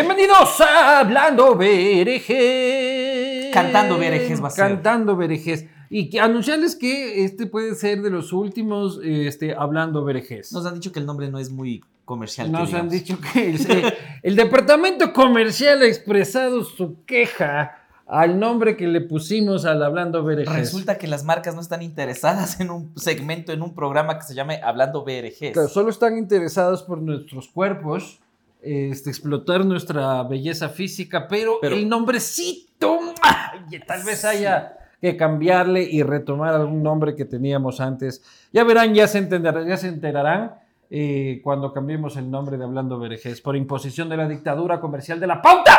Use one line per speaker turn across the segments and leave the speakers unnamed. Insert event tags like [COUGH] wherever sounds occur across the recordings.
Bienvenidos a Hablando Berejes.
Cantando Berejes va a ser.
Cantando Berejes. Y que anunciarles que este puede ser de los últimos este, Hablando Berejes.
Nos han dicho que el nombre no es muy comercial. que
Nos han
digamos.
dicho que el, eh, el departamento comercial ha expresado su queja al nombre que le pusimos al Hablando Berejes.
Resulta que las marcas no están interesadas en un segmento, en un programa que se llame Hablando BRGs.
Claro, solo están interesados por nuestros cuerpos, este, explotar nuestra belleza física, pero,
Pero-
el nombrecito, ¡mua! Y tal vez haya que cambiarle y retomar algún nombre que teníamos antes. Ya verán, ya se entenderán, ya se enterarán. eh, cuando cambiemos el nombre de Hablando Verejez por imposición de la dictadura comercial de la pauta,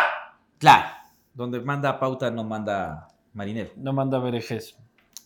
Claro, donde manda pauta no manda marinero.
no manda Verejez.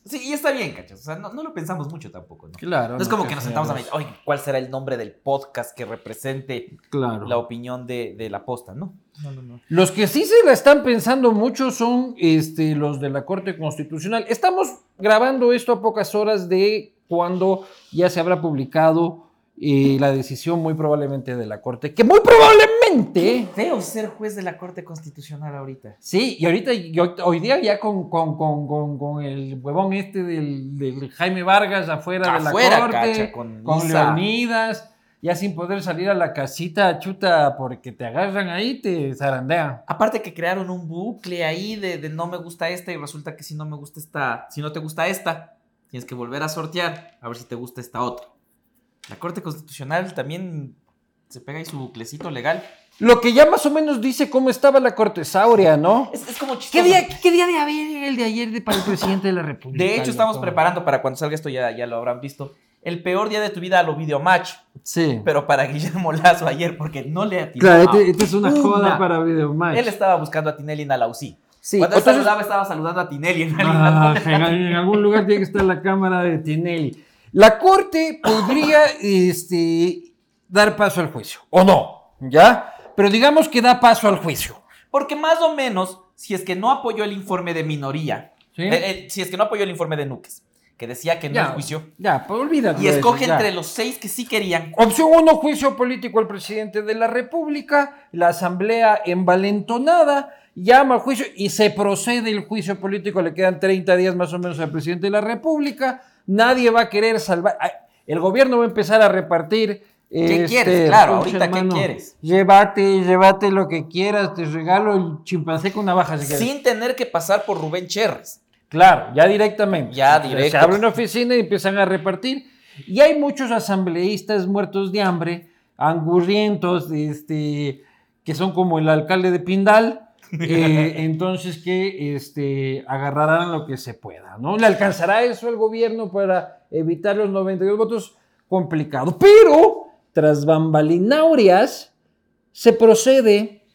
Sí, y está bien, cachas. O sea, no, no lo pensamos mucho tampoco, ¿no?
Claro.
No es como que nos sentamos a
ver
meditar, oye, ¿cuál será el nombre del podcast que represente
Claro.
la opinión de, de la posta? No, no, no. no.
Los que sí se la están pensando mucho son este, los de la Corte Constitucional. Estamos grabando esto a pocas horas de cuando ya se habrá publicado eh, la decisión muy probablemente de la Corte, que muy probablemente...
Feo ser juez de la Corte Constitucional ahorita.
Sí, y ahorita, y hoy, hoy día ya con, con- con- con- con el huevón este del, del Jaime Vargas afuera, de
Afuera,
la Corte,
cacha, con Isa.
Leonidas, ya sin poder salir a la casita chuta porque te agarran ahí, te zarandean.
Aparte que crearon un bucle ahí de, de no me gusta esta y resulta que si no me gusta esta, si no te gusta esta, tienes que volver a sortear a ver si te gusta esta otra. La Corte Constitucional también se pega ahí su buclecito legal.
Lo que ya más o menos dice cómo estaba la cortesauria, ¿no?
Es, es como chistoso.
¿Qué día, qué día de haber era el de ayer de- para el presidente de la República?
De hecho, estamos
loco?
preparando para cuando salga esto, ya, ya lo habrán visto. El peor día de tu vida a lo videomatch,
Sí.
pero para [LAUGHS] Guillermo Lazo ayer, porque no le atinó.
claro,
a
esta es una
una.
joda para Videomatch.
Él estaba buscando a Tinelli en Alausí.
Sí,
cuando él
entonces-
saludaba, estaba saludando a Tinelli en
Ah,
realidad.
en, en algún lugar tiene que estar la cámara de Tinelli. La corte podría este, dar paso al juicio, o no, ¿ya? Pero digamos que da paso al juicio.
Porque más o menos, si es que no apoyó el informe de minoría,
¿sí?
eh, eh, si es que no apoyó el informe de Nuques, que decía que no
Ya.
hay juicio,
Ya, pues olvídate.
y
de eso,
escoge
ya.
entre los seis que sí querían,
Opción 1, juicio político al presidente de la República, la asamblea envalentonada, llama al juicio y se procede el juicio político, le quedan 30 días más o menos al presidente de la República, nadie va a querer salvar, ay, el gobierno va a empezar a repartir. este,
¿Qué quieres? Claro,
pucha,
ahorita, ¿qué quieres?
Llévate, llévate lo que quieras, te regalo el chimpancé con navaja si quieres.
sin tener que pasar por Rubén Cherres.
Claro, ya directamente.
Ya
O sea,
directo.
Se abre una oficina y empiezan a repartir. Y hay muchos asambleístas muertos de hambre, angurrientos, este, que son como el alcalde de Pindal. eh,
[LAUGHS]
entonces que este, agarrarán lo que se pueda, ¿no? ¿Le alcanzará eso al gobierno para evitar los 92 votos? Complicado. Pero, tras bambalináurias, se procede,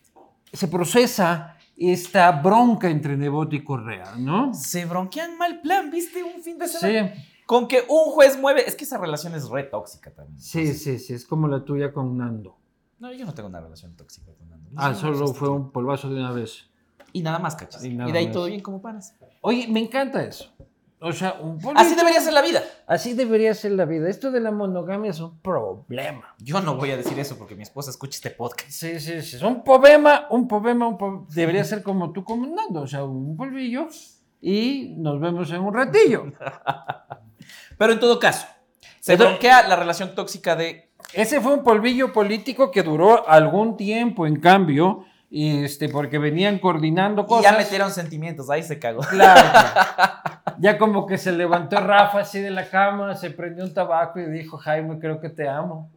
se procesa esta bronca entre Nebot y Correa, ¿no?
Se bronquean mal plan, ¿viste? Un fin de semana.
Sí,
Con que un juez mueve. Es que esa relación es re tóxica también.
Ah, sí, sí, sí, es como la tuya con Nando.
No, yo no tengo una relación tóxica con Nando. No
Ah,
sé, no
solo
sé.
fue un polvazo de una vez.
Y nada más, cachas.
Y
Y,
nada
de ahí
más.
todo bien como panas.
Oye, me encanta eso. O sea, un poli-
Así debería ser la vida.
Así debería ser la vida. Esto de la monogamia es un problema.
Yo no voy a decir eso porque mi esposa escucha este podcast.
Sí, sí, sí. Es un problema, un problema, un po- Debería ser como tú con Nando. O sea, un polvillo y nos vemos en un ratillo. [LAUGHS]
Pero en todo caso, se
Entonces-
bronquea la relación tóxica de
Ese fue un polvillo político que duró algún tiempo, en cambio, este, porque venían coordinando
Y
cosas.
ya metieron sentimientos, ahí se cagó. [LAUGHS]
Claro. Ya como que se levantó Rafa así de la cama, se prendió un tabaco y dijo, Jaime, creo que te amo.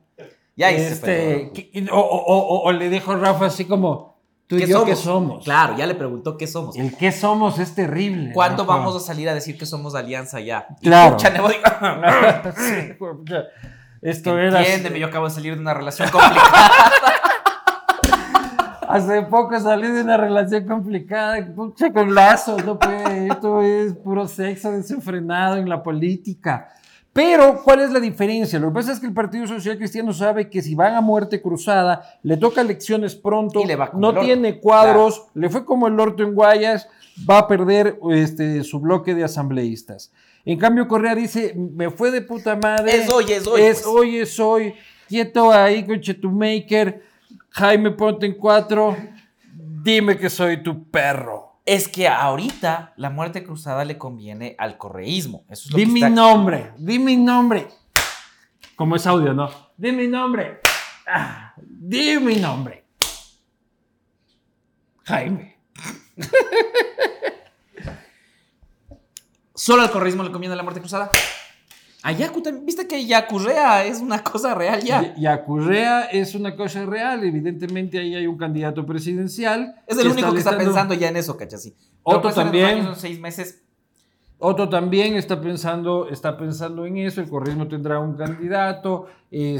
Ya ahí se
este,
pegó.
que- o, o- o- o le dijo Rafa así como, tú y
¿Qué
yo
somos?
qué somos.
Claro, ya le preguntó qué somos.
El qué somos es terrible. [LAUGHS]
¿Cuándo vamos a salir a decir que somos Alianza ya?
Claro.
Pucha, Nebo, digo,
a... Esto era...
Entiéndeme, yo acabo de salir de una relación complicada. [LAUGHS]
Hace poco salí de una relación complicada, pucha, con lazos, no puede, esto es puro sexo desenfrenado en la política. Pero, ¿cuál es la diferencia? Lo que pasa es que el Partido Social Cristiano sabe que si van a muerte cruzada, le toca elecciones pronto,
Y le va como el
no
orto,
tiene cuadros, le fue como el orto en Guayas, va a perder este, su bloque de asambleístas. En cambio, Correa dice, me fue de puta madre.
Es hoy, es hoy,
Es
pues".
hoy, es hoy. Quieto ahí con Chetumaker. Jaime, ponte en cuatro. Dime que soy tu perro.
Es que ahorita la muerte cruzada le conviene al correísmo. Eso es lo
Di
que
mi
está-
nombre, di mi nombre. Como es audio, ¿no? Di mi nombre. Ah, di mi nombre. Jaime.
Solo al correísmo le conviene la muerte cruzada. A Yaku también. Viste que Yakurrea es una cosa real ya.
Y Acurrea es una cosa real. Evidentemente ahí hay un candidato presidencial.
Es el único que está
alistando-
pensando ya en eso, cachasí.
Otro también.
Son seis meses.
Otto también está pensando, está pensando en eso, el correísmo tendrá un candidato,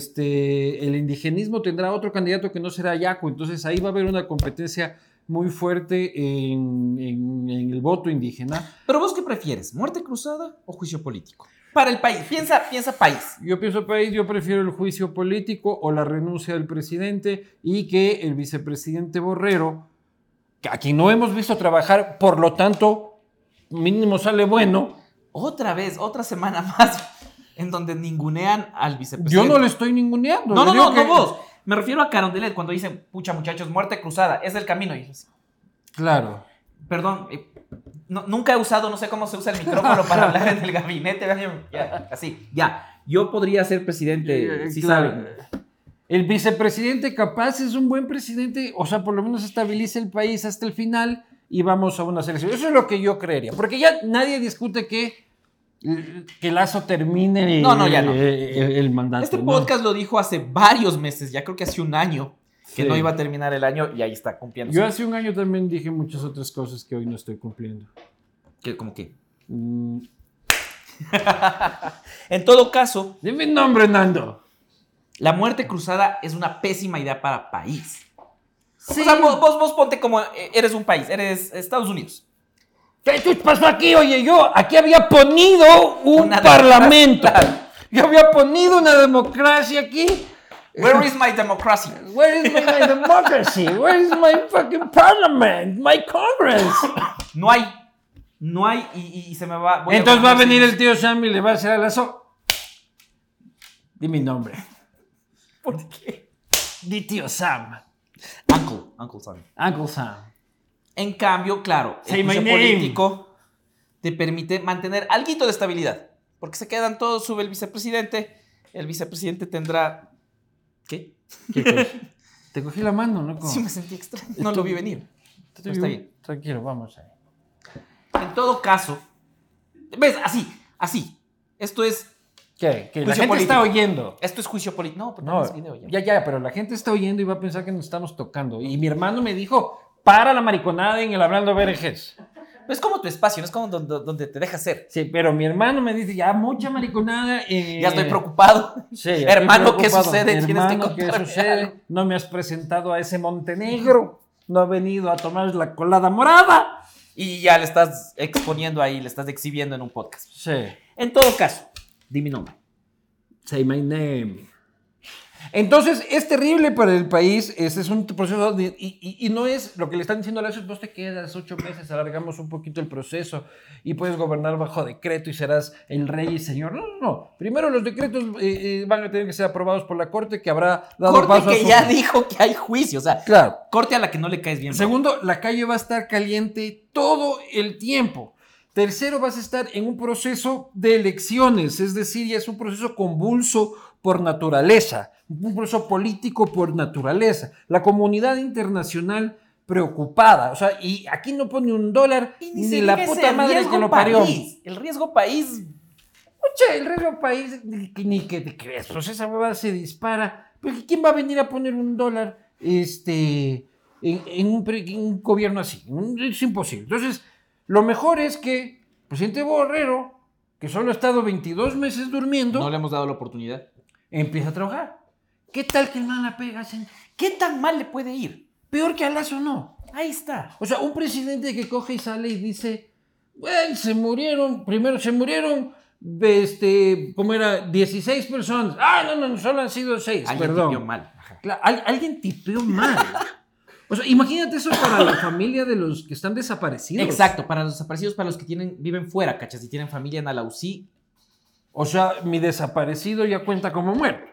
este, el indigenismo tendrá otro candidato que no será Yaco, entonces ahí va a haber una competencia muy fuerte en, en- en el voto indígena.
Pero vos qué prefieres, muerte cruzada o juicio político? Para el país, piensa, piensa país.
Yo pienso, país, yo prefiero el juicio político o la renuncia del presidente y que el vicepresidente Borrero, que a quien no hemos visto trabajar, por lo tanto, mínimo sale bueno.
Otra vez, otra semana [LAUGHS] más en donde ningunean al
Yo
vicepresidente.
no le estoy ninguneando.
No,
le
no,
digo
no,
que-
no vos. Me refiero a Carondelet cuando dicen, pucha muchachos, muerte cruzada, es el camino. Y dices,
Claro.
Perdón, eh, no- nunca he usado, no sé cómo se usa el micrófono para hablar en el gabinete. [LAUGHS] Ya, así, ya. Yo podría ser presidente,
Eh,
si
claro.
saben.
El vicepresidente capaz es un buen presidente, o sea, por lo menos estabiliza el país hasta el final y vamos a una selección. Eso es lo que yo creería, porque ya nadie discute que, que Lazo termine
No, no, ya no.
eh, el, el mandato.
Este
¿no?
podcast lo dijo hace varios meses, ya creo que hace un año, que
Sí.
no iba a terminar el año y ahí está cumpliendo.
Yo hace un año también dije muchas otras cosas que hoy no estoy cumpliendo.
Que como que.
Mm,
En todo caso,
Dime el nombre, Nando.
la muerte cruzada es una pésima idea para país.
Sí.
O sea, vos, vos- vos ponte como eh, eres un país, eres Estados Unidos.
¿Qué chuch pasó aquí? Oye, yo aquí había ponido un
Una
parlamento.
democracia.
Yo había ponido una democracia aquí.
Where is my democracy?
Where is my, my democracy? Where is my fucking parliament? My congress?
No hay. No hay y, y- y se me va. voy
Entonces va a venir el
poner-
tío Sam y le va a hacer a lazo. Di mi nombre.
¿Por qué?
Di tío Sam.
Uncle. Uncle, sorry.
Uncle Sam.
En cambio, claro, el
Say my
juicio
name.
político te permite mantener algo de estabilidad. Porque se quedan todos, sube el vicepresidente. El vicepresidente tendrá. ¿Qué?
¿Qué cosa? Te cogí la mano, loco.
Sí, me sentí extraño. No lo vi venir.
Estoy
está bien.
Tranquilo, vamos ahí.
En todo caso, ¿ves? Así, así. Esto es,
¿Qué? Que la
Juicio
gente
político.
está oyendo.
esto es juicio político. No, pero no
No,
es video ya.
ya, ya, pero la gente está oyendo y va a pensar que nos estamos tocando. Y mi hermano me dijo, para la mariconada en el Hablando Berenjes.
Pero es como tu espacio, no es como donde, donde te dejas ser.
Sí, pero mi hermano me dice, ya, mucha mariconada. eh,
Ya estoy preocupado. [LAUGHS]
Sí, estoy
Hermano, ¿qué
preocupado.
sucede? Tienes que
Hermano, ¿qué
contarme algo.
sucede? No me has presentado a ese Montenegro. No ha venido a tomar la colada morada.
Y ya le estás exponiendo ahí, le estás exhibiendo en un podcast.
Sí.
En todo caso, di mi nombre.
Say my name. Entonces, es terrible para el país. Este es un proceso. de- y, y- y no es lo que le están diciendo a Lazo: vos te quedas ocho meses, alargamos un poquito el proceso y puedes gobernar bajo decreto y serás el rey y señor. No, no, no. Primero, los decretos eh, eh, van a tener que ser aprobados por la corte que habrá dado paso
Corte
a
que
su-
ya dijo que hay juicio, o sea,
Claro.
corte a la que no le caes bien.
Segundo, la calle va a estar caliente todo el tiempo. Tercero, vas a estar en un proceso de elecciones, es decir, ya es un proceso convulso por naturaleza, un proceso político por naturaleza. La comunidad internacional preocupada, o sea, y aquí no pone un dólar
Y
ni,
se diga
la
ese
puta madre
riesgo
que lo parió.
país. El riesgo país
Oye, el riesgo país, ni, que- ni que te creas, pues esa huevada se dispara. Porque ¿quién va a venir a poner un dólar este, en, en un, pre- en un gobierno así? Un- Es imposible. Entonces, lo mejor es que pues, el presidente Borrero, que solo ha estado 22 meses durmiendo,
no le hemos dado la oportunidad.
empieza a trabajar. ¿Qué tal que el man la pega? sen?
¿Qué tan mal le puede ir?
Peor que a Lazo no.
Ahí está.
O sea, un presidente que coge y sale y dice, bueno, se murieron, primero se murieron, este, ¿cómo era? 16 personas. Ah, no, no, solo han sido 6,
Alguien
Pues perdón.
tipió mal.
Cla- al- alguien tipeó mal. O sea, imagínate eso para la familia de los que están desaparecidos.
Exacto, para los desaparecidos, para los que tienen, viven fuera, cachas, y tienen familia en Alausí.
O sea, mi desaparecido ya cuenta como muerto.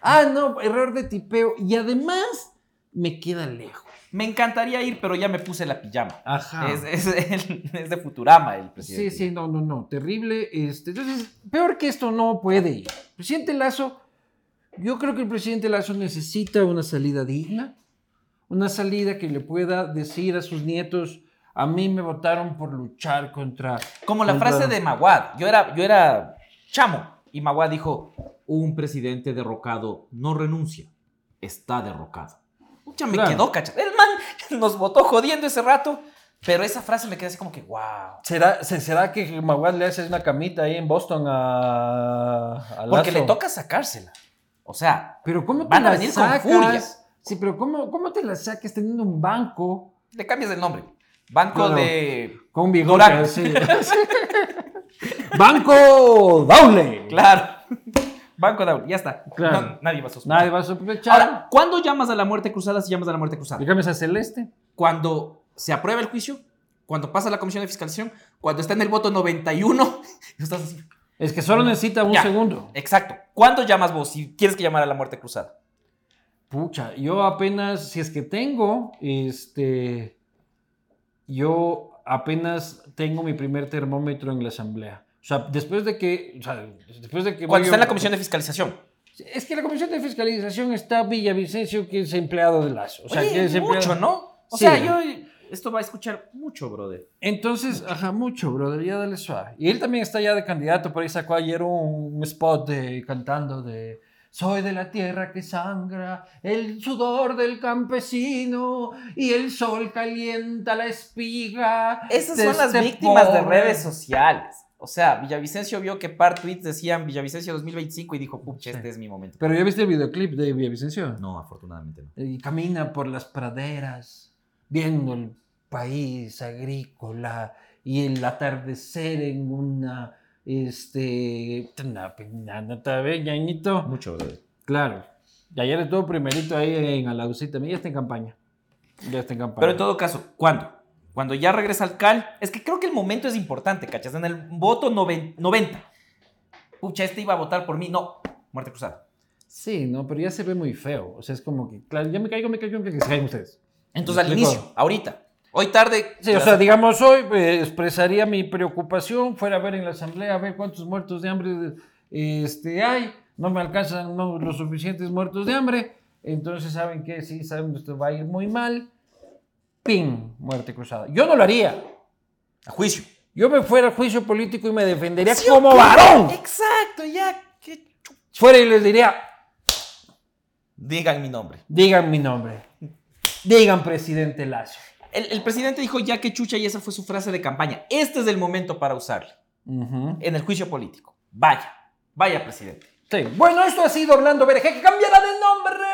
Ah, no, error de tipeo. Y además me queda lejos.
Me encantaría ir, pero ya me puse la pijama.
Ajá.
Es, es, el- [LAUGHS] es de Futurama el
Sí,
presidente.
Ah. sí, no, no, no, terrible. Este, entonces, peor que esto no puede ir. Presidente Lazo, yo creo que el presidente Lazo necesita una salida digna, una salida que le pueda decir a sus nietos, a mí me votaron por luchar contra...
Como la
Ajá.
frase de Maguad. Yo era, yo era chamo. Y Maguad dijo: Un presidente derrocado no renuncia. Está derrocado. Ya me
Claro.
quedó, cacha. El man nos votó jodiendo ese rato. Pero esa frase me queda así como que, wow.
¿Será, se- ¿Será que Maguad le hace una camita ahí en Boston a, a
Porque
Lazo?
le toca sacársela. O sea,
Pero ¿cómo te
Van a
la
venir con
sacas?
furia.
Sí, pero ¿cómo, ¿cómo te la sacas teniendo un banco
le cambias el nombre. Banco
Claro.
de.
con bigote?
Durán. [LAUGHS]
así? banco Daule.
Claro. [LAUGHS] Banco de Aul. Ya está.
Claro.
No- nadie va a sospechar.
Nadie va a sospechar.
Ahora, ¿cuándo llamas a la muerte cruzada si llamas a la muerte cruzada?
Dígame a Celeste.
cuando se aprueba el juicio, cuando pasa la comisión de fiscalización, cuando está en el voto [LAUGHS] 91, estás así.
Es que solo necesita un
Ya.
segundo.
Exacto. ¿Cuándo llamas vos si quieres que llamara a la muerte cruzada?
Pucha, yo apenas, si es que tengo, este, yo apenas tengo mi primer termómetro en la asamblea. O sea, después de que, o sea, después de que... voy
Cuando está en la
yo-
comisión de fiscalización.
Es que la comisión de fiscalización está Villavicencio, que es empleado de Lazo. O sea,
Oye,
que es empleado-
mucho, ¿no? O
Sí.
sea, yo esto va a escuchar mucho, brother.
Entonces, ajá, mucho, brother, ya dale suave. Y él también está ya de candidato, por ahí sacó ayer un, un spot de, cantando de Soy de la tierra que sangra, el sudor del campesino y el sol calienta la espiga.
Esas
de
son las
este
víctimas de
pobre".
redes sociales. O sea, Villavicencio vio que par tweets decían Villavicencio 2025 y dijo, pucha,
Sí.
este es mi momento.
Pero ya viste el videoclip de Villavicencio.
No, afortunadamente no.
Y camina por las praderas, viendo el país agrícola y el atardecer en una. Este. una pinana, tal vez, ñañito.
Mucho, brother.
Claro. Y ayer estuvo primerito ahí en Alausí también. Ya está en campaña. Ya está en campaña.
Pero en todo caso, ¿cuándo? Cuando ya regresa al CAL, es que creo que el momento es importante, ¿cachas? En el voto noven- 90. Pucha, este iba a votar por mí. No, muerte cruzada.
Sí, no, pero ya se ve muy feo. O sea, es como que. Claro, ya me caigo, me caigo, me caigo. Que se caigan ustedes.
Entonces, al
Me explico.
inicio, ahorita. Hoy tarde.
Sí, o
las-
sea, digamos hoy eh, expresaría mi preocupación, fuera a ver en la asamblea, a ver cuántos muertos de hambre este, hay, no me alcanzan no, los suficientes muertos de hambre, entonces saben que sí, saben que esto va a ir muy mal, ping, muerte cruzada. Yo no lo haría,
a juicio.
yo me fuera a juicio político y me defendería
¿Sí o
como
qué?
varón,
Exacto, ya. que chu-
fuera y les diría,
Digan mi nombre.
digan mi nombre, digan presidente Lazo.
El, el presidente dijo ya que chucha y esa fue su frase de campaña. Este es el momento para usarle
Ujú.
en el juicio político. Vaya, vaya, presidente.
Sí. Bueno, esto ha sido Orlando Bereje, que cambiará de nombre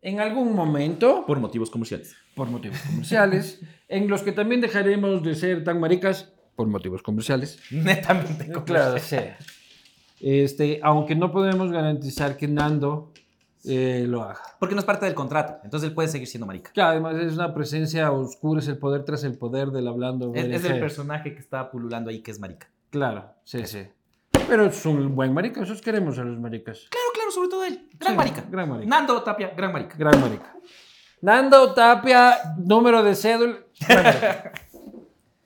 en algún momento.
Por motivos comerciales.
por motivos comerciales, [LAUGHS] en los que también dejaremos de ser tan maricas por motivos comerciales.
[LAUGHS] Netamente comerciales.
Claro, sí. Este, aunque no podemos garantizar que Nando eh, lo haga.
Porque no es parte del contrato. Entonces él puede seguir siendo marica.
Que además es una presencia oscura, es el poder tras el poder del hablando.
Es, es el
BDG.
personaje que está pululando ahí que es marica.
Claro, sí, sí. Pero es un buen marica, esos queremos a los maricas.
Claro, claro, sobre todo él. Gran
Sí,
marica.
gran marica.
Nando Tapia, gran marica.
Gran marica. Nando Tapia, número de cédula. gran marica.